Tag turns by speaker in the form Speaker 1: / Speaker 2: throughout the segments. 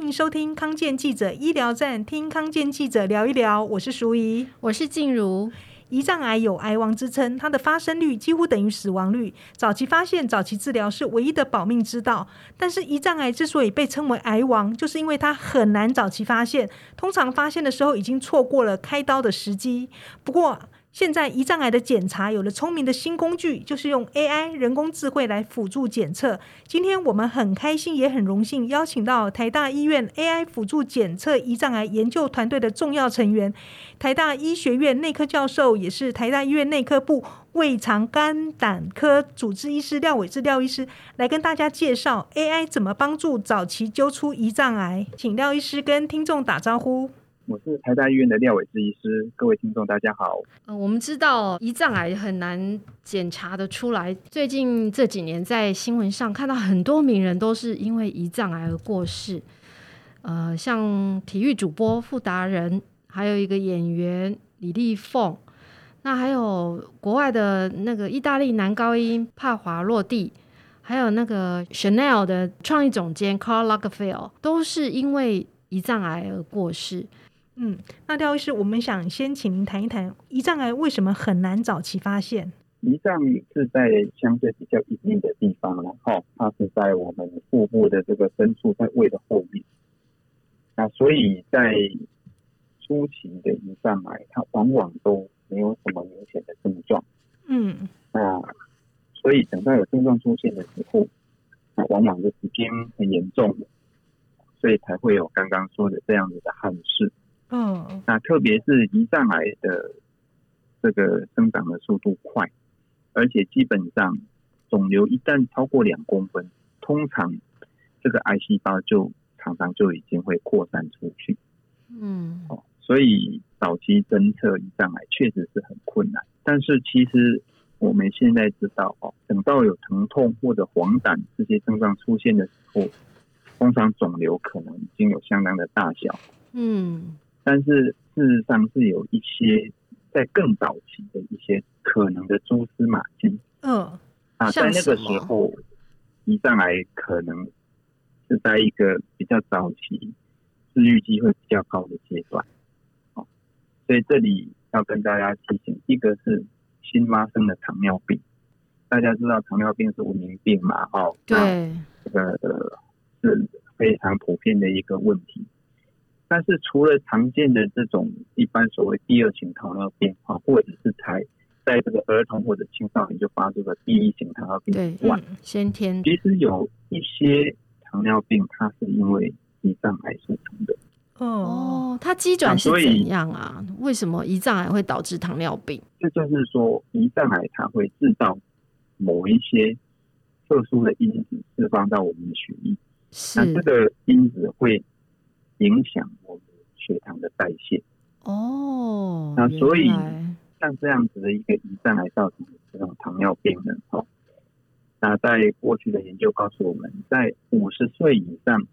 Speaker 1: 迎收听康健记者医疗站，听康健记者聊一聊。我是淑怡，
Speaker 2: 我是静茹。
Speaker 1: 胰脏癌有“癌王”之称，它的发生率几乎等于死亡率。早期发现、早期治疗是唯一的保命之道。但是，胰脏癌之所以被称为“癌王”，就是因为它很难早期发现，通常发现的时候已经错过了开刀的时机。不过，现在胰脏癌的检查有了聪明的新工具，就是用 AI 人工智慧来辅助检测。今天我们很开心，也很荣幸邀请到台大医院 AI 辅助检测胰脏癌研究团队的重要成员，台大医学院内科教授，也是台大医院内科部胃肠肝胆科主治医师廖伟志廖医师，来跟大家介绍 AI 怎么帮助早期揪出胰脏癌。请廖医师跟听众打招呼。
Speaker 3: 我是台大医院的廖伟志医师，各位听众大家好。
Speaker 2: 呃，我们知道胰脏癌很难检查的出来，最近这几年在新闻上看到很多名人都是因为胰脏癌而过世，呃，像体育主播傅达人，还有一个演员李丽凤，那还有国外的那个意大利男高音帕华洛蒂。还有那个 Chanel 的创意总监 Karl Lagerfeld 都是因为胰脏癌而过世。
Speaker 1: 嗯，那廖医师，我们想先请您谈一谈胰脏癌为什么很难早期发现？
Speaker 3: 胰脏是在相对比较隐秘的地方然后它是在我们腹部的这个深处，在胃的后面。那所以在初期的胰脏癌，它往往都没有什么明显的症状。
Speaker 1: 嗯
Speaker 3: 那所以等到有症状出现的时候，那往往就是偏很严重的，所以才会有刚刚说的这样子的憾事。
Speaker 1: 嗯
Speaker 3: 那特别是胰脏癌的这个生长的速度快，而且基本上肿瘤一旦超过两公分，通常这个癌细胞就常常就已经会扩散出去
Speaker 2: 嗯，
Speaker 3: 哦。所以早期侦测胰脏癌确实是很困难，但是其实我们现在知道哦，等到有疼痛或者黄疸这些症状出现的时候，通常肿瘤可能已经有相当的大小。
Speaker 2: 嗯，
Speaker 3: 但是事实上是有一些在更早期的一些可能的蛛丝马迹
Speaker 1: 嗯
Speaker 3: 啊，在
Speaker 2: 像
Speaker 3: 那个
Speaker 2: 什么
Speaker 3: 时候，胰脏癌可能是在一个比较早期，治愈机会比较高的阶段。哦，所以这里要跟大家提醒，一个是新发生的糖尿病，大家知道糖尿病是文明病嘛，哦，那
Speaker 2: 对，
Speaker 3: 这个呃是非常普遍的一个问题。但是除了常见的这种一般所谓第二型糖尿病啊，或者是才在这个儿童或者青少年就发生的第一型糖尿病
Speaker 2: 对嗯
Speaker 3: 之外，
Speaker 2: 先天
Speaker 3: 其实有一些糖尿病它是因为胰脏癌促成的。
Speaker 1: 哦
Speaker 2: 哦，它机转
Speaker 3: 啊
Speaker 2: 是
Speaker 3: 所以
Speaker 2: 怎样啊？为什么胰脏癌会导致糖尿病？
Speaker 3: 这就是说，胰脏癌它会制造某一些特殊的因子释放到我们的血液，
Speaker 2: 是
Speaker 3: 那这个因子会影响我们血糖的代谢。
Speaker 2: 哦，
Speaker 3: 那所以
Speaker 2: 原来
Speaker 3: 像这样子的一个胰脏癌造成的这种糖尿病呢，哦，那在过去的研究告诉我们，在五十岁以上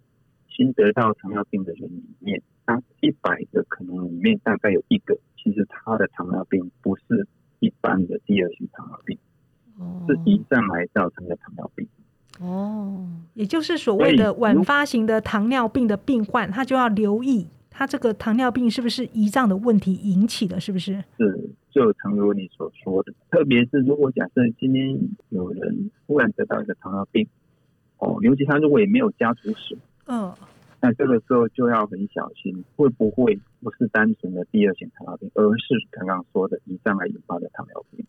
Speaker 3: 新得到糖尿病的人里面，那一百个可能里面大概有一个，其实他的糖尿病不是一般的第二型糖尿病，
Speaker 2: 哦
Speaker 3: 是胰脏癌造成的糖尿病。
Speaker 2: 哦，
Speaker 1: 也就是所谓的晚发型的糖尿病的病患，他就要留意他这个糖尿病是不是胰脏的问题引起的，是不是？
Speaker 3: 是，就诚如你所说的，特别是如果假设今天有人突然得到一个糖尿病，哦，尤其他如果也没有家族史。
Speaker 1: 嗯
Speaker 3: 那这个时候就要很小心，会不会不是单纯的第二型糖尿病，而是刚刚说的胰脏癌引发的糖尿病？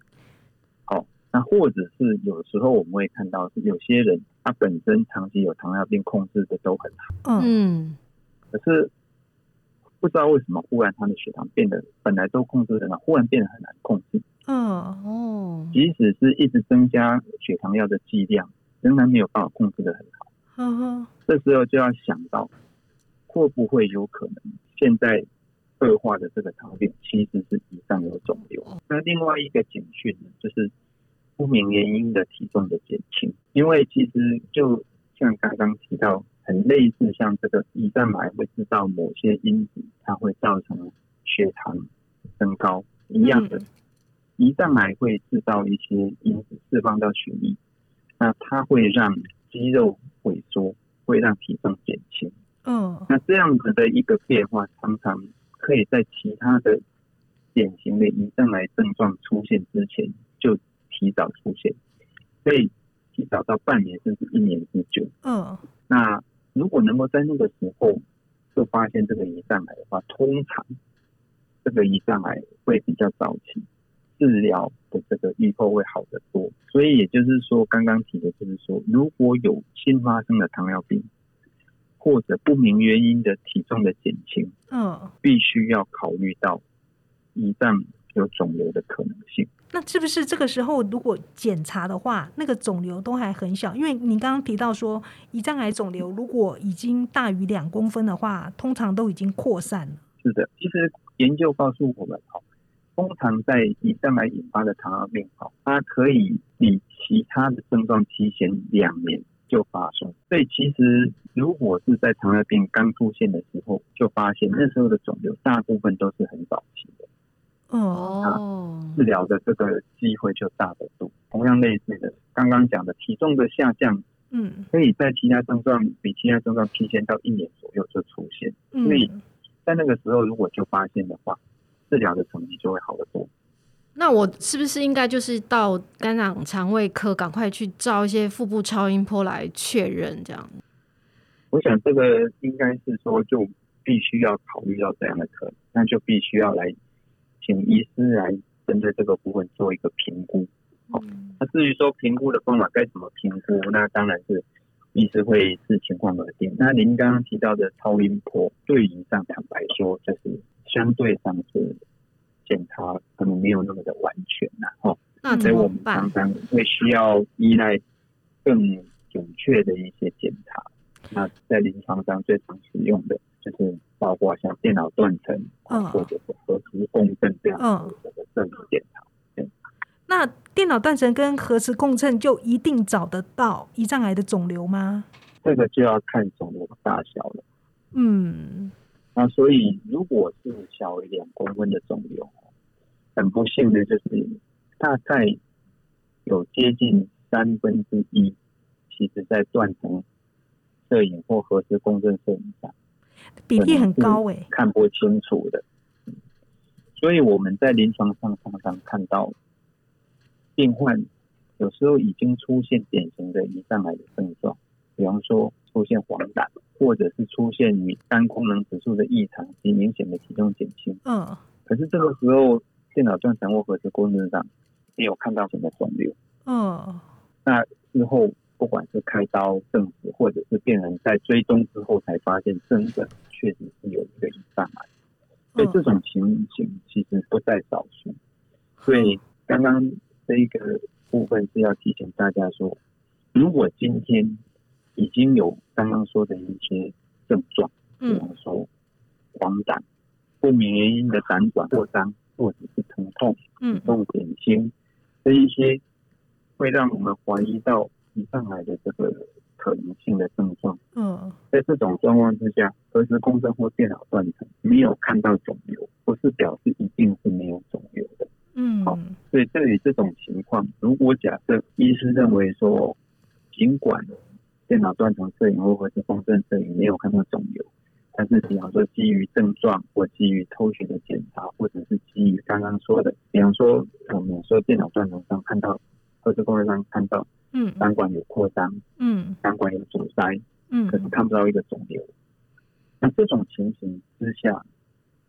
Speaker 3: 好、那或者是有时候我们会看到，有些人他本身长期有糖尿病控制的都很好，
Speaker 1: 嗯
Speaker 2: 嗯，
Speaker 3: 可是不知道为什么忽然他的血糖变得本来都控制得很好，忽然变得很难控制，
Speaker 1: 嗯
Speaker 2: 哦，
Speaker 3: 即使是一直增加血糖药的剂量，仍然没有办法控制得很好。
Speaker 1: 嗯哼
Speaker 3: 这时候就要想到，会不会有可能现在恶化的这个糖尿病其实是胰脏有肿瘤？那另外一个警讯呢，就是不明原因的体重的减轻，因为其实就像刚刚提到，很类似像这个胰脏癌会制造某些因子，它会造成血糖升高一样的
Speaker 1: 嗯，
Speaker 3: 胰脏癌会制造一些因子释放到血液，那它会让肌肉萎缩，会让体重减轻。
Speaker 1: 嗯
Speaker 3: 那这样子的一个变化，常常可以在其他的典型的胰脏癌症状出现之前就提早出现，所以提早到半年甚至一年之久。
Speaker 1: 嗯
Speaker 3: 那如果能够在那个时候就发现这个胰脏癌的话，通常这个胰脏癌会比较早期，治疗的这个预后会好得多。所以也就是说，刚刚提的就是说，如果有新发生的糖尿病，或者不明原因的体重的减轻，
Speaker 1: 嗯，
Speaker 3: 必须要考虑到胰脏有肿瘤的可能性。
Speaker 1: 那是不是这个时候如果检查的话，那个肿瘤都还很小？因为你刚刚提到说，胰脏癌肿瘤如果已经大于两公分的话，通常都已经扩散了。
Speaker 3: 是的，其实研究告诉我们，哈，通常在胰脏癌引发的糖尿病，哈，它可以比其他的症状提前两年就发生。所以其实如果是在糖尿病刚出现的时候就发现，那时候的肿瘤大部分都是很早期的，
Speaker 1: 嗯
Speaker 2: 哦，
Speaker 3: 治疗的这个机会就大得多。同样类似的，刚刚讲的体重的下降，
Speaker 1: 嗯
Speaker 3: 可以在其他症状比其他症状提前到一年左右就出现。对
Speaker 1: 嗯，
Speaker 3: 在那个时候如果就发现的话，治疗的成绩就会好得多。
Speaker 2: 那我是不是应该就是到肝胆肠胃科赶快去照一些腹部超音波来确认这样？
Speaker 3: 我想这个应该是说，就必须要考虑到这样的可能，那就必须要来请医师来针对这个部分做一个评估。好
Speaker 2: 嗯
Speaker 3: 那至于说评估的方法该怎么评估，那当然是医师会视情况而定。那您刚刚提到的超音波，对于上坦白说，就是相对上是检查可能没有那么的完全哦然后。吼
Speaker 1: 嗯
Speaker 2: 那
Speaker 3: 所
Speaker 2: 怎
Speaker 3: 以我
Speaker 2: 么
Speaker 3: 们常
Speaker 2: 办？
Speaker 3: 常会需要依赖更准确的一些检查。那在临床上最常使用的就是包括像电脑断层啊
Speaker 1: 嗯
Speaker 3: 或者是核磁共振这样
Speaker 1: 嗯，
Speaker 3: 的这种检查。
Speaker 1: 那电脑断层跟核磁共振就一定找得到胰脏癌的肿瘤吗？
Speaker 3: 这个就要看肿瘤的大小了。
Speaker 1: 嗯
Speaker 3: 那所以如果是小于两公分的肿瘤，很不幸的就是大概有接近三分之一，其实在断层摄影或核磁共振摄影上。
Speaker 1: 比例很高诶、
Speaker 3: 看不清楚的。所以我们在临床上常常看到，病患有时候已经出现典型的胰脏癌的症状，比方说出现黄疸，或者是出现于肝功能指数的异常及明显的体重减轻。
Speaker 1: 嗯
Speaker 3: 可是这个时候，电脑断层或核磁共振上没有看到什么肿瘤，
Speaker 1: 嗯
Speaker 3: 之后不管是开刀证实，或者是病人在追踪之后才发现，真的确实是有一个胰脏癌。
Speaker 1: 嗯
Speaker 3: 所以这种情形其实不在少数。所以刚刚这一个部分是要提醒大家说，如果今天已经有刚刚说的一些症状，比
Speaker 2: 嗯
Speaker 3: 方说黄疸、不明原因的胆管扩张，或者是疼痛、
Speaker 2: 嗯
Speaker 3: 动点心这一些会让我们怀疑到胰脏癌的这个可能性的症状。
Speaker 1: 嗯
Speaker 3: 在这种状况之下，核磁共振或电脑断层没有看到肿瘤，不是表示一定是没有肿瘤的。
Speaker 1: 嗯
Speaker 3: 所以对于这种情况，如果假设医师认为说，尽管电脑断层摄影或核磁共振摄影没有看到肿瘤，但是比方说基于症状或基于抽血的检查，或者是基于刚刚说的，比方说我们说电脑断层上看到核磁共振上看到
Speaker 1: 嗯
Speaker 3: 胆管有扩张、
Speaker 1: 嗯
Speaker 3: 胆管有阻塞，可是
Speaker 1: 嗯
Speaker 3: 看不到一个肿瘤。那这种情形之下，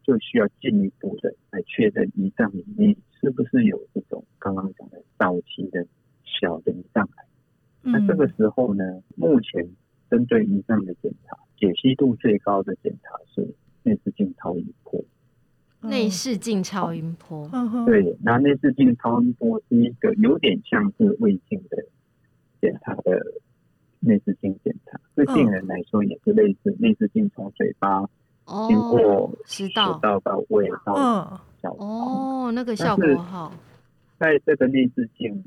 Speaker 3: 就需要进一步的来确认胰脏里面是不是有这种刚刚讲的早期的小的胰脏癌。
Speaker 1: 嗯
Speaker 3: 那这个时候呢，目前针对胰脏的检查，解析度最高的检查是内视镜超音波。
Speaker 2: 内视镜超音波，
Speaker 1: 嗯哼
Speaker 3: 对，那内视镜超音波是一个有点像是胃镜的检查的内视镜检查，对
Speaker 1: 嗯
Speaker 3: 病人来说也是类似内视镜从嘴巴
Speaker 2: 哦
Speaker 3: 经，过
Speaker 2: 食
Speaker 3: 道
Speaker 2: 道，
Speaker 3: 到胃到
Speaker 1: 嗯
Speaker 3: 小肠，
Speaker 2: 哦，那个
Speaker 3: 但
Speaker 2: 效
Speaker 3: 是
Speaker 2: 果好，
Speaker 3: 在这个内视镜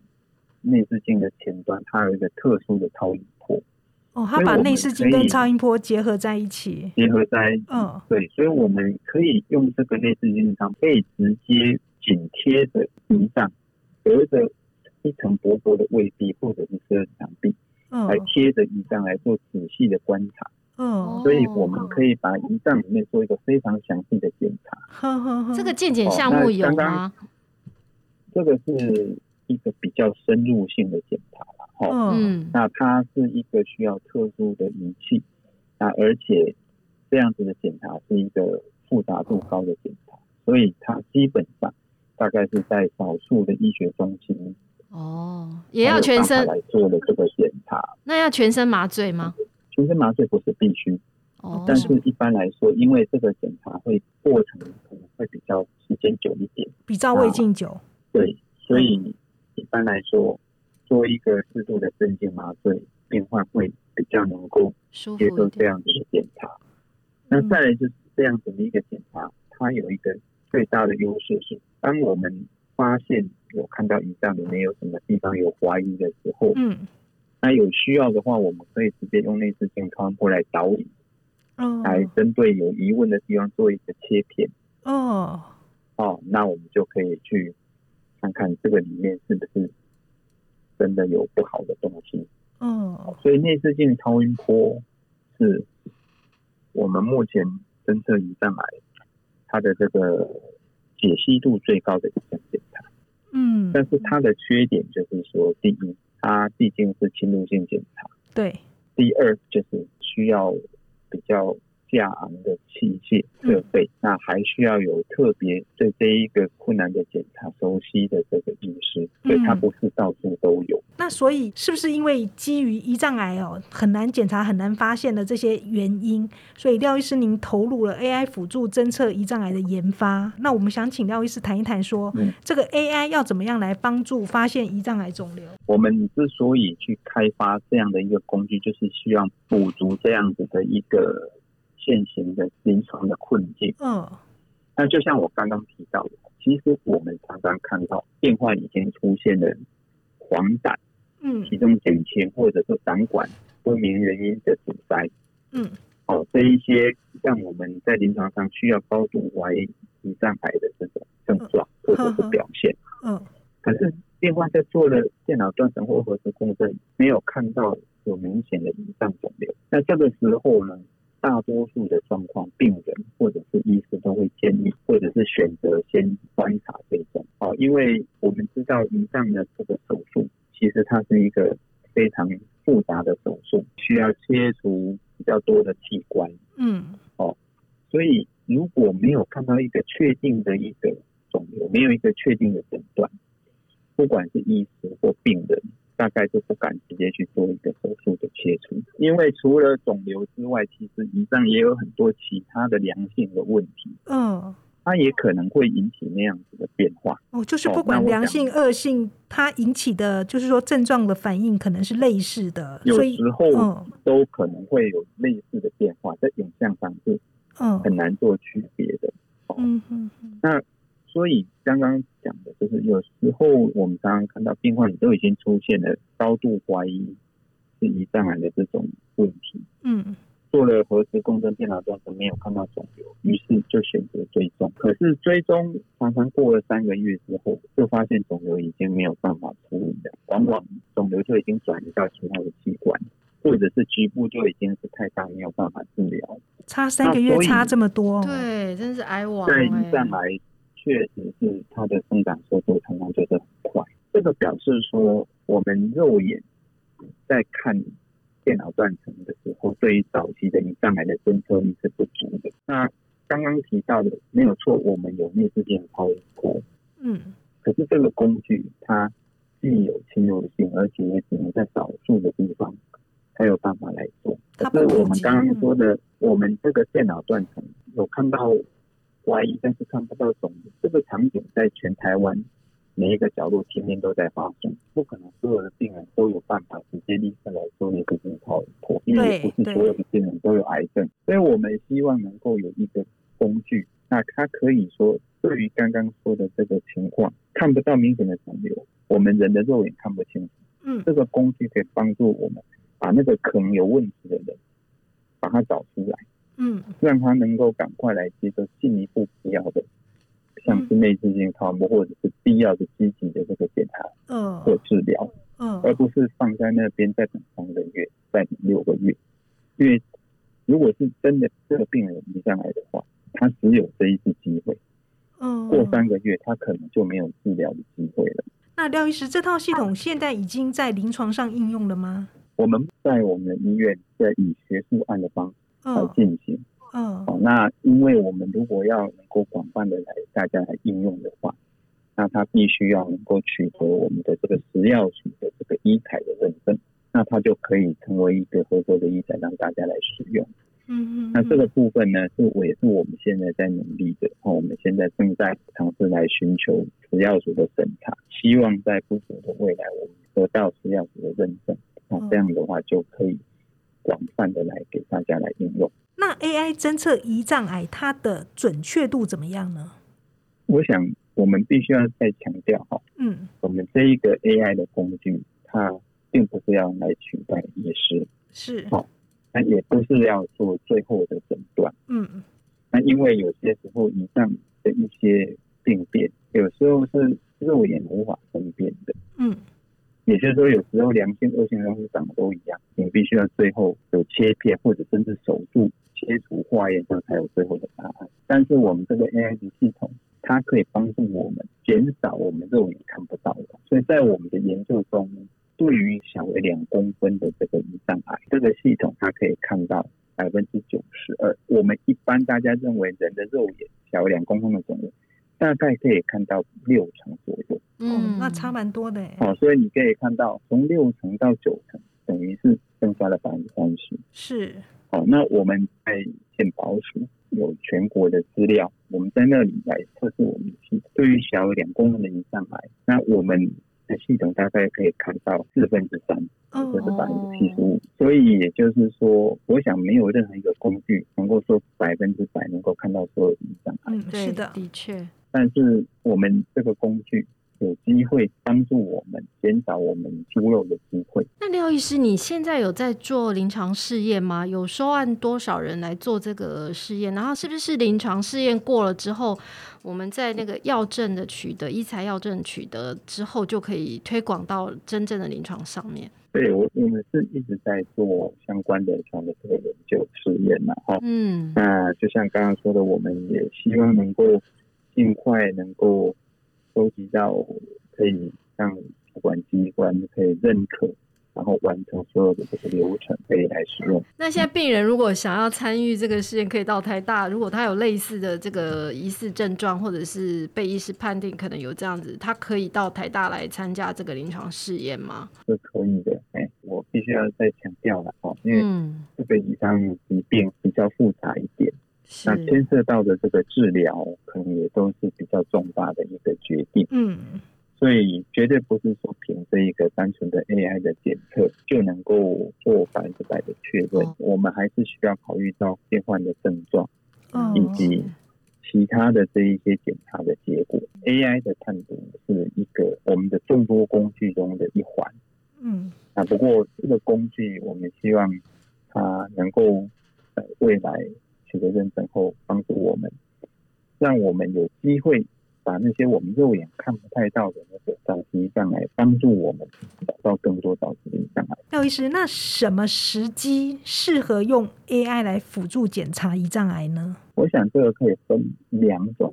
Speaker 3: 内视镜的前端，它有一个特殊的超音波
Speaker 1: 哦，他
Speaker 3: 所以
Speaker 1: 把
Speaker 3: 我们
Speaker 1: 内视镜
Speaker 3: 可以
Speaker 1: 跟超音波结合在一起。
Speaker 3: 结合在
Speaker 1: 嗯
Speaker 3: 对，所以我们可以用这个内视镜上，可以直接紧贴着胰脏，隔着一层薄薄的胃壁或者是十二肠壁，
Speaker 1: 嗯
Speaker 3: 来贴着胰脏来做仔细的观察。
Speaker 1: 嗯，
Speaker 2: 哦
Speaker 3: 所以我们可以把胰脏里面做一个非常详细的检查。
Speaker 1: 呵呵呵，
Speaker 2: 这个健检项目有
Speaker 3: 哦那刚
Speaker 2: 吗？
Speaker 3: 这个是一个比较深入性的检查啦，哈、
Speaker 1: 嗯
Speaker 2: 嗯，
Speaker 3: 那它是一个需要特殊的仪器，那而且这样子的检查是一个复杂度高的检查，所以它基本上大概是在少数的医学中心
Speaker 2: 哦，也要全
Speaker 3: 才有
Speaker 2: 身
Speaker 3: 办法，来做的这个检查。
Speaker 2: 那要全身麻醉吗？
Speaker 3: 全身麻醉不是必须，
Speaker 2: 哦，
Speaker 3: 但是一般来说，因为这个检查会过程可能会比较时间久一点，
Speaker 1: 比照胃镜酒，
Speaker 3: 对，所以一般来说，做一个适度的镇静麻醉，病患会比较能够
Speaker 2: 舒
Speaker 3: 接
Speaker 2: 服
Speaker 3: 受
Speaker 2: 一
Speaker 3: 这
Speaker 2: 点，嗯
Speaker 3: 样子的检查。那再来就是这样子的一个检查，它有一个最大的优势是，当我们发现有看到胰脏里面有什么地方有怀疑的时候，
Speaker 1: 嗯
Speaker 3: 那有需要的话，我们可以直接用内视镜穿过来导引，
Speaker 2: 嗯
Speaker 1: 哦
Speaker 3: 来针对有疑问的地方做一个切片。
Speaker 1: 哦，
Speaker 3: 哦，那我们就可以去看看这个里面是不是真的有不好的东西。
Speaker 1: 哦，
Speaker 3: 所以内视镜超音波是我们目前侦测胰脏癌它的这个解析度最高的一项检查，
Speaker 1: 嗯，
Speaker 3: 但是它的缺点就是说，第一，它毕竟是侵入性检查；
Speaker 1: 对，
Speaker 3: 第二，就是需要比较价昂的器械设备，那还需要有特别对这一个困难的检查熟悉的这个医师，所以它
Speaker 1: 嗯
Speaker 3: 不是到处都有。
Speaker 1: 那所以是不是因为基于胰脏癌哦很难检查、很难发现的这些原因，所以廖医师您投入了 AI 辅助侦测胰脏癌的研发？那我们想请廖医师谈一谈说，
Speaker 3: 嗯
Speaker 1: 这个 AI 要怎么样来帮助发现胰脏癌肿瘤？
Speaker 3: 我们之所以去开发这样的一个工具，就是希望补足这样子的一个现行的临床的困境。
Speaker 1: 嗯
Speaker 3: 那就像我刚刚提到的，其实我们常常看到电话已经出现了黄疸、
Speaker 1: 嗯
Speaker 3: 体重减轻，或者是胆管不明原因的阻塞。
Speaker 1: 嗯
Speaker 3: 哦，这一些让我们在临床上需要高度怀疑胰脏癌的这种症状或者是表现。
Speaker 1: 嗯
Speaker 3: 可是电话在做了电脑断层或核磁共振，没有看到有明显的胰脏肿瘤。那这个时候呢，大多数的状况，病人或者是医师都会建议，或者是选择先观察追踪。哦，因为我们知道胰脏的这个手术，其实它是一个非常复杂的手术，需要切除比较多的器官。
Speaker 1: 嗯
Speaker 3: 所以如果没有看到一个确定的一个肿瘤，没有一个确定的诊断，不管是医师或病人，大概都不敢直接去做一个手术的切除，因为除了肿瘤之外，其实胰脏也有很多其他的良性的问题，
Speaker 1: 嗯，
Speaker 3: 它也可能会引起那样子的变化。
Speaker 1: 哦，就是
Speaker 3: 哦
Speaker 1: 不管
Speaker 3: 那我
Speaker 1: 良
Speaker 3: 想
Speaker 1: 性、恶性，它引起的就是说症状的反应可能是类似的，
Speaker 3: 有
Speaker 1: 所以
Speaker 3: 时候
Speaker 1: 嗯
Speaker 3: 都可能会有类似的变化，在影像上是
Speaker 1: 嗯
Speaker 3: 很难做区别的。
Speaker 1: 嗯嗯嗯
Speaker 3: 所以刚刚讲的就是，有时候我们常常看到病患都已经出现了高度怀疑是胰脏癌的这种问题，
Speaker 1: 嗯
Speaker 3: 做了核磁共振、电脑断层没有看到肿瘤，于是就选择追踪。可是追踪常常过了三个月之后，就发现肿瘤已经没有办法处理了，往往肿瘤就已经转移到其他的器官，或者是局部就已经是太大没有办法治疗。
Speaker 1: 差三
Speaker 3: 那
Speaker 1: 个月
Speaker 3: 所以
Speaker 1: 差这么多哦，
Speaker 2: 对，真是癌王
Speaker 3: 对
Speaker 2: 哎
Speaker 3: 胰脏癌确实是它的生长速度常常就是很快，这个表示说我们肉眼在看电脑断层的时候，对于早期的胰脏癌的侦测力是不足的。那刚刚提到的没有错，我们有内视镜超音波，
Speaker 1: 嗯
Speaker 3: 可是这个工具它既有侵入性，而且也只能在少数的地方才有办法来做。
Speaker 1: 它
Speaker 3: 可
Speaker 1: 不
Speaker 3: 是我
Speaker 1: 普
Speaker 3: 们
Speaker 1: 及
Speaker 3: 刚刚
Speaker 1: 嗯
Speaker 3: 说的，我们这个电脑断层有看到怀疑，但是看不到肿瘤，这个场景在全台湾每一个角落天天都在发生，不可能所有的病人都有办法直接立刻来做一个镜超音波，因为
Speaker 1: 对
Speaker 3: 也不是所有的病人都有癌症，所以我们希望能够有一个工具，那它可以说对于刚刚说的这个情况，看不到明显的肿瘤，我们人的肉眼看不清楚。
Speaker 1: 嗯
Speaker 3: 这个工具可以帮助我们把那个可能有问题的人，把他找出来，
Speaker 1: 嗯
Speaker 3: 让他能够赶快来接受进一步必要的，像是内视镜超音波或者是必要的积极的这个检查
Speaker 1: 呃
Speaker 3: 或治疗，
Speaker 1: 呃
Speaker 3: 而不是放在那边再等三个月、再等六个月，因为如果是真的这个病人有胰脏癌的话，他只有这一次机会，
Speaker 1: 嗯，
Speaker 3: 过三个月他可能就没有治疗的机会了。
Speaker 1: 那廖医师，这套系统现在已经在临床上应用了吗？
Speaker 3: 我们在我们的医院在以学术案的方式来
Speaker 1: 嗯
Speaker 3: 进行。
Speaker 1: 嗯
Speaker 3: 哦，那因为我们如果要能够广泛的来大家来应用的话，那它必须要能够取得我们的这个食药署的这个医材的认证，那它就可以成为一个合格的医材让大家来使用。
Speaker 1: 嗯嗯，
Speaker 3: 那这个部分呢，是我也是我们现在在努力的，哦，我们现在正在尝试来寻求食药署的审查，希望在不久的未来我们得到食药署的认证，那
Speaker 1: 嗯
Speaker 3: 这样的话就可以广泛的来给大家来应用。
Speaker 1: 那 AI 侦测胰脏癌它的准确度怎么样呢？
Speaker 3: 我想我们必须要再强调哈，
Speaker 1: 嗯
Speaker 3: 我们这一个 AI 的工具，它并不是要来取代医师，
Speaker 1: 是
Speaker 3: 好那也不是要做最后的诊断。
Speaker 1: 嗯
Speaker 3: 那因为有些时候胰脏的一些病变，有时候是肉眼无法分辨的，
Speaker 1: 嗯
Speaker 3: 也就是说，有时候良性、恶性的东西长得都一样，你必须要最后有切片或者甚至手术切除化验，这才有最后的答案。但是我们这个 AI 的系统，它可以帮助我们减少我们肉眼看不到的，所以在我们的研究中，对于小于两公分的这个胰脏癌，这个系统它可以看到百分之九十二。我们一般大家认为人的肉眼小于两公分的肿瘤，大概可以看到六成左右。
Speaker 2: 嗯
Speaker 1: 哦，那差蛮多的耶，
Speaker 3: 好、哦所以你可以看到，从六成到九成，等于是增加了百分之三十。
Speaker 1: 是
Speaker 3: 好，那我们在健保署有全国的资料，我们在那里来测试我们的系统。对于小于两公分的胰脏癌，那我们的系统大概可以看到四分之三，也就是
Speaker 1: 哦
Speaker 3: 百分之七十五。所以也就是说，我想没有任何一个工具能够说百分之百能够看到所有的胰脏癌。
Speaker 1: 嗯
Speaker 2: 对
Speaker 1: 是的，
Speaker 2: 的确，
Speaker 3: 但是我们这个工具有机会帮助我们减少我们猪肉的机会。
Speaker 2: 那廖医师，你现在有在做临床试验吗？有收案多少人来做这个试验？然后是不是临床试验过了之后，我们在那个药证的取得、医材药证取得之后，就可以推广到真正的临床上面？
Speaker 3: 对我，我们是一直在做相关的这样的这个研究实验嘛，哈。
Speaker 2: 嗯
Speaker 3: 那就像刚刚说的，我们也希望能够尽快能够收集到可以让主管机关可以认可，然后完成所有的这个流程，可以来使用。
Speaker 2: 那现在病人如果想要参与这个试验，可以到台大。如果他有类似的这个疑似症状，或者是被医师判定可能有这样子，他可以到台大来参加这个临床试验吗？
Speaker 3: 是可以的，哎，我必须要再强调了哈，因为
Speaker 2: 嗯，
Speaker 3: 这个以上疾病比较复杂一点，
Speaker 2: 是
Speaker 3: 那牵涉到的这个治疗可能也都是比较重大的一个决定。
Speaker 1: 嗯
Speaker 3: 所以绝对不是说凭这一个单纯的 AI 的检测就能够做百分之百的确认，
Speaker 2: 哦
Speaker 3: 我们还是需要考虑到病患的症状
Speaker 1: 哦
Speaker 3: 以及其他的这一些检查的结果。AI 的判读是一个我们的众多工具中的一环
Speaker 1: 嗯
Speaker 3: 啊，不过这个工具我们希望它能够呃未来取得认证后帮助我们，让我们有机会把那些我们肉眼看不太到的那个早期胰脏癌，帮助我们找到更多早期胰脏癌。
Speaker 1: 廖医师，那什么时机适合用 AI 来辅助检查胰脏癌呢？
Speaker 3: 我想这个可以分两种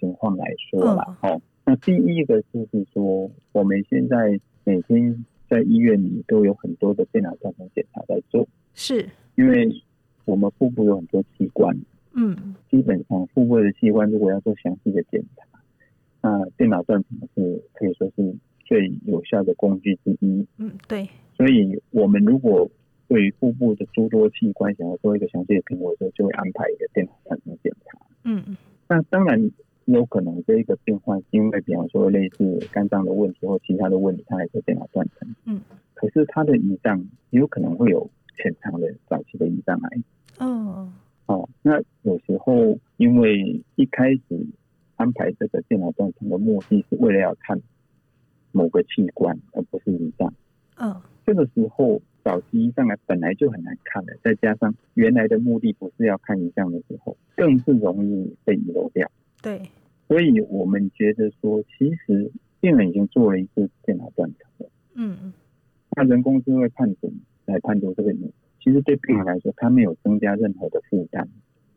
Speaker 3: 情况来说啦。哦，那第一个就是说，我们现在每天在医院里都有很多的电脑断层检查在做，
Speaker 1: 是
Speaker 3: 因为我们腹部有很多器官，
Speaker 1: 嗯
Speaker 3: 基本上腹部的器官如果要做详细的检查，那电脑断层是可以说是最有效的工具之一。
Speaker 1: 嗯对
Speaker 3: 所以我们如果对于腹部的诸多器官想要做一个详细的评估的时候，就会安排一个电脑断层检查。
Speaker 1: 嗯
Speaker 3: 那当然有可能这一个病患因为比方说类似肝脏的问题或其他的问题，他来做电脑断层。
Speaker 1: 嗯，
Speaker 3: 可是他的胰脏也有可能会有潜藏的早期的胰脏癌。
Speaker 1: 哦
Speaker 3: 哦，那有时候因为一开始安排这个电脑断层的目的是为了要看某个器官，而不是胰脏。
Speaker 1: 嗯
Speaker 3: 这个时候早期胰脏癌本来就很难看了，再加上原来的目的不是要看胰脏的时候，更是容易被遗漏掉。
Speaker 1: 对
Speaker 3: 所以我们觉得说，其实病人已经做了一次电脑断层了，
Speaker 1: 嗯
Speaker 3: 那人工智慧判准来判读这个胰其实对病人来说，他没有增加任何的负担，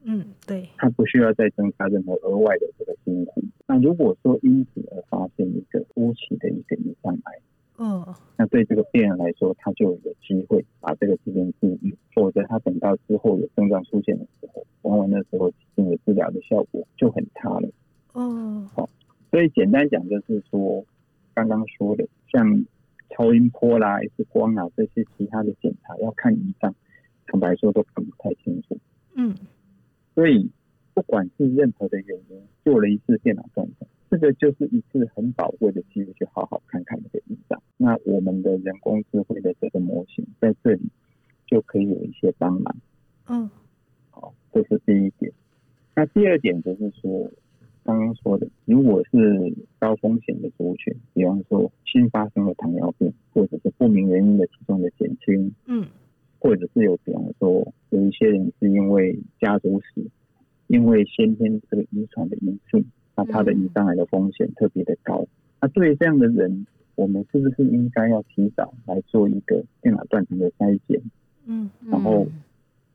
Speaker 1: 嗯，对，
Speaker 3: 他不需要再增加任何额外的这个辛苦。那如果说因此而发现一个突起的一个胰脏癌，
Speaker 1: 嗯
Speaker 3: 那对这个病人来说，他就有机会把这个疾病治愈，否则他等到之后有症状出现的时候，往往那时候疾病的治疗的效果就很差了。
Speaker 1: 哦，
Speaker 3: 所以简单讲就是说，刚刚说的像超音波啦、X 光啊这些其他的检查要看胰脏，坦白说都看不太清楚。
Speaker 1: 嗯
Speaker 3: 所以不管是任何的原因，做了一次电脑断层，这个就是一次很宝贵的机会，去好好看看这个胰脏。那我们的人工智慧的这个模型在这里就可以有一些帮忙。
Speaker 1: 嗯
Speaker 3: 好，这是第一点。那第二点就是说，刚刚说的，如果是高风险的族群，比方说新发生的糖尿病，或者是不明原因的体重的减轻，
Speaker 1: 嗯
Speaker 3: 或者是有比方说有一些人是因为家族史，因为先天这个遗传的因素，那他的胰脏癌的风险特别的高。那对于这样的人，我们是不是应该要提早来做一个电脑断层的筛检？
Speaker 1: 嗯
Speaker 3: 然后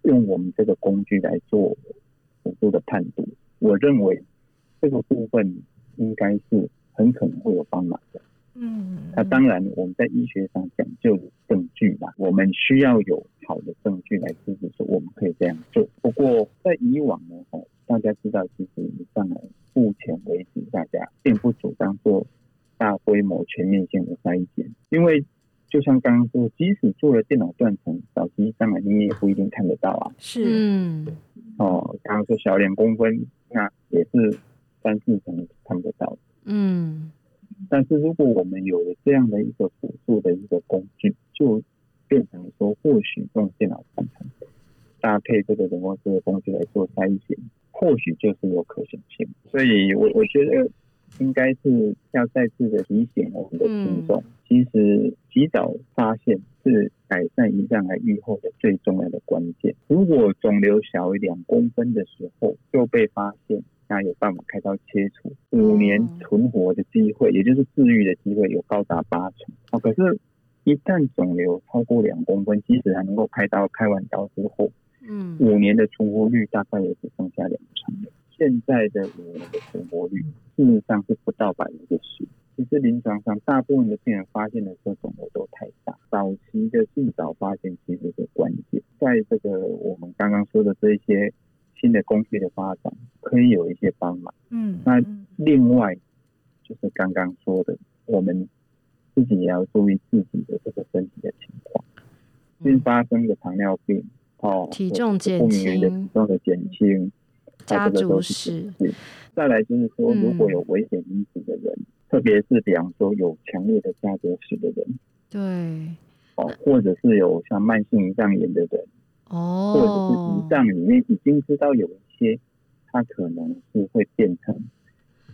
Speaker 3: 用我们这个工具来做辅助的判读，我认为这个部分应该是很可能会有帮忙的。
Speaker 1: 嗯，
Speaker 3: 那啊当然，我们在医学上讲究证据嘛，我们需要有好的证据来支持说我们可以这样做。不过在以往呢，哦，大家知道，其实以上来目前为止，大家并不主张做大规模全面性的筛检，因为就像刚刚说，即使做了电脑断层，早期当然你也不一定看得到啊。
Speaker 1: 是，
Speaker 2: 嗯嗯
Speaker 3: 哦，刚刚说小脸公分，那也是三四成看不到的。
Speaker 2: 嗯
Speaker 3: 但是如果我们有了这样的一个辅助的一个工具，就变成说，或许用电脑看看，搭配这个人工智能工具来做筛选，或许就是有可行性。所以我我觉得应该是要再次的提醒我们的听众，其实及早发现是改善胰脏癌预后的最重要的关键。如果肿瘤小于两公分的时候就被发现。那有办法开刀切除，五年
Speaker 2: 哦
Speaker 3: 存活的机会，也就是治愈的机会有高达八成。哦，可是，一旦肿瘤超过两公分，即使还能够开刀，开完刀之后，
Speaker 2: 嗯
Speaker 3: 五年的存活率大概也只剩下两成了。现在的五年的存活率，事实上是不到百分之十。其实临床上大部分的病人发现的时候，肿瘤都太大，早期的尽早发现其实是关键。在这个我们刚刚说的这一些新的工具的发展，可以有一些帮忙。
Speaker 1: 嗯，
Speaker 3: 那
Speaker 1: 嗯
Speaker 3: 另外，就是刚刚说的，我们自己也要注意自己的这个身体的情况，新发生的糖尿病哦，
Speaker 2: 嗯体重减
Speaker 3: 不明原因的体重的减轻，
Speaker 2: 家
Speaker 3: 它这个
Speaker 2: 族
Speaker 3: 都是
Speaker 2: 史，
Speaker 3: 是。再来就是说，
Speaker 2: 嗯
Speaker 3: 如果有危险因子的人，特别是比方说有强烈的家族史的人，
Speaker 2: 对
Speaker 3: 哦，或者是有像慢性胰脏炎的人，或者是
Speaker 2: 哦
Speaker 3: 胰，脏里面已经知道有一些，它可能是会变成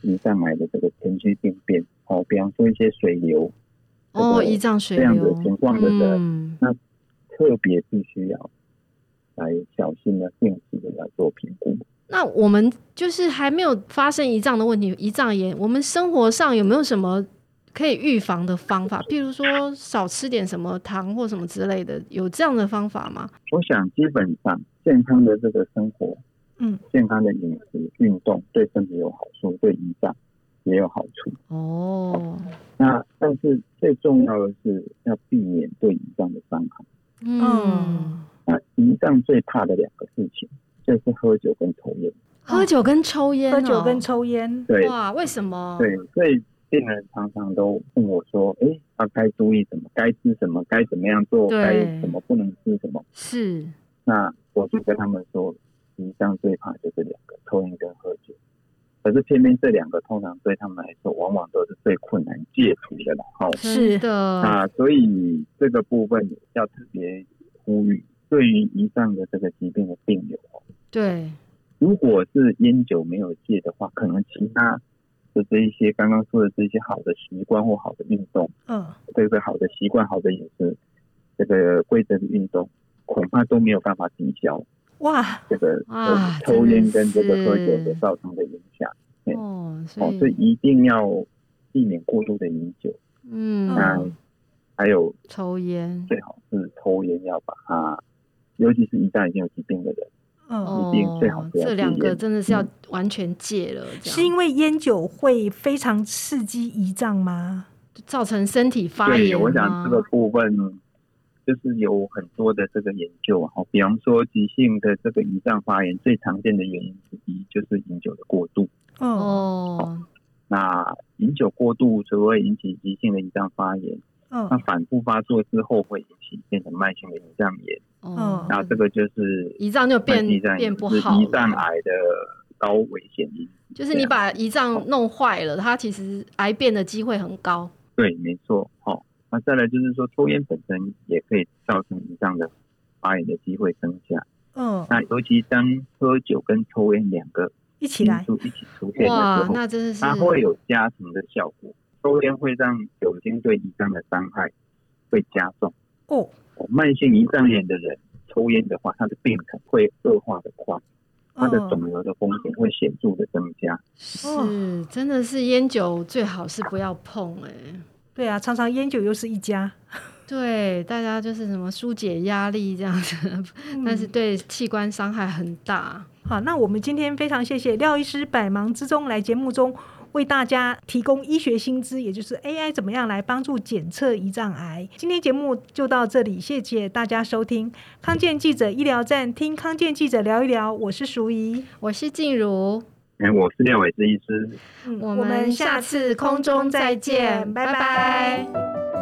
Speaker 3: 胰脏癌的这个前驱病变。哦，比方说一些水流，
Speaker 2: 哦，
Speaker 3: 这个
Speaker 2: 胰脏水
Speaker 3: 这样的
Speaker 2: 流
Speaker 3: 情况的人
Speaker 2: 嗯
Speaker 3: 那特别必须要来小心的、定期的来做评估。
Speaker 2: 那我们就是还没有发生胰脏的问题，胰脏炎，我们生活上有没有什么可以预防的方法？譬如说少吃点什么糖或什么之类的，有这样的方法吗？
Speaker 3: 我想，基本上健康的这个生活、
Speaker 1: 嗯
Speaker 3: 健康的饮食、运动对身体有好处，对胰脏也有好处。
Speaker 2: 哦，
Speaker 3: 那但是最重要的是要避免对胰脏的伤害。
Speaker 2: 嗯，
Speaker 3: 那胰脏最怕的两个事情就是喝酒跟抽烟。
Speaker 2: 喝酒跟抽烟、
Speaker 1: 喝
Speaker 3: 啊
Speaker 1: 酒跟。抽烟，
Speaker 3: 对
Speaker 2: 哇，为什么？
Speaker 3: 对，所以病人常常都问我说：“哎、他、该注意什么？该吃什么？该怎么样做？
Speaker 2: 对
Speaker 3: 该什么不能吃什么
Speaker 2: 是，？”
Speaker 3: 那我就跟他们说，胰脏最怕就是两个，抽烟跟喝酒。可是偏偏这两个通常对他们来说，往往都是最困难戒除的了。哈、
Speaker 1: 是
Speaker 2: 真的，
Speaker 3: 啊，所以这个部分要特别呼吁，对于胰脏的这个疾病的病友哦，
Speaker 2: 对，
Speaker 3: 如果是烟酒没有戒的话，可能其他的这一些刚刚说的这些好的习惯或好的运动，
Speaker 1: 嗯
Speaker 3: 这个好的习惯、好的饮食，这个规则的运动，恐怕都没有办法抵消
Speaker 1: 哇，
Speaker 3: 这个
Speaker 2: 啊
Speaker 3: 呃抽烟跟这个
Speaker 2: 真的是
Speaker 3: 喝酒的造成的影响。对
Speaker 2: 哦，
Speaker 3: 哦
Speaker 2: 所，
Speaker 3: 所以
Speaker 2: 以，
Speaker 3: 一定要避免过度的饮酒，
Speaker 2: 嗯，
Speaker 3: 那还有
Speaker 2: 抽烟，
Speaker 3: 最好是抽烟要把它尤其是胰脏已经有疾病的人，
Speaker 1: 嗯，
Speaker 2: 哦
Speaker 3: 一定最好不要
Speaker 2: 这
Speaker 3: 吸
Speaker 2: 两个
Speaker 3: 烟
Speaker 2: 真的是要
Speaker 3: 嗯
Speaker 2: 完全戒了，这样
Speaker 1: 是因为烟酒会非常刺激胰脏吗？
Speaker 2: 造成身体发
Speaker 3: 对，
Speaker 2: 炎啊
Speaker 3: 我想
Speaker 2: 吗
Speaker 3: 这个部分就是有很多的这个研究啊，比方说急性的这个胰脏发炎，最常见的原因之一就是饮酒的过度。
Speaker 1: 嗯
Speaker 2: 哦，
Speaker 3: 那饮酒过度除了会引起急性的胰脏发炎，那
Speaker 1: 嗯
Speaker 3: 反复发作之后会引起变成慢性的胰脏炎，
Speaker 2: 哦，
Speaker 3: 那这个就是
Speaker 2: 胰脏就变
Speaker 3: 慢性胰脏炎
Speaker 2: 变不
Speaker 3: 就是
Speaker 2: 好
Speaker 3: 胰脏啊
Speaker 2: 了
Speaker 3: 癌的高危险因子。
Speaker 2: 就是你
Speaker 3: 这样
Speaker 2: 把胰脏弄坏了，它其实癌变的机会很高。
Speaker 3: 对，没错，好、那再来就是说，抽烟本身也可以造成胰脏的发炎的机会增加。
Speaker 1: 嗯，
Speaker 3: 那尤其当喝酒跟抽烟两个
Speaker 1: 一起
Speaker 3: 因
Speaker 1: 来，
Speaker 3: 素一起出现的时
Speaker 2: 哇，
Speaker 3: 候，
Speaker 2: 那真的是
Speaker 3: 它会有加成的效果。抽烟会让酒精对胰脏的伤害会加重。
Speaker 1: 哦，
Speaker 3: 哦慢性胰脏炎的人抽烟的话，他的病程会恶化的快，他的肿
Speaker 1: 嗯
Speaker 3: 瘤的风险会显著的增加。
Speaker 2: 是真的是烟酒最好是不要碰哎、
Speaker 1: 对啊，常常烟酒又是一家，
Speaker 2: 对，大家就是什么疏解压力这样子，但是
Speaker 1: 嗯
Speaker 2: 对器官伤害很大。
Speaker 1: 好，那我们今天非常谢谢廖医师百忙之中来节目中为大家提供医学新知，也就是 AI 怎么样来帮助检测胰脏癌。今天节目就到这里，谢谢大家收听康健记者医疗站，听康健记者聊一聊，我是淑仪，
Speaker 2: 我是静茹，
Speaker 3: 哎、我是廖伟志医师。
Speaker 1: 嗯
Speaker 2: 我们下次空中再见，拜拜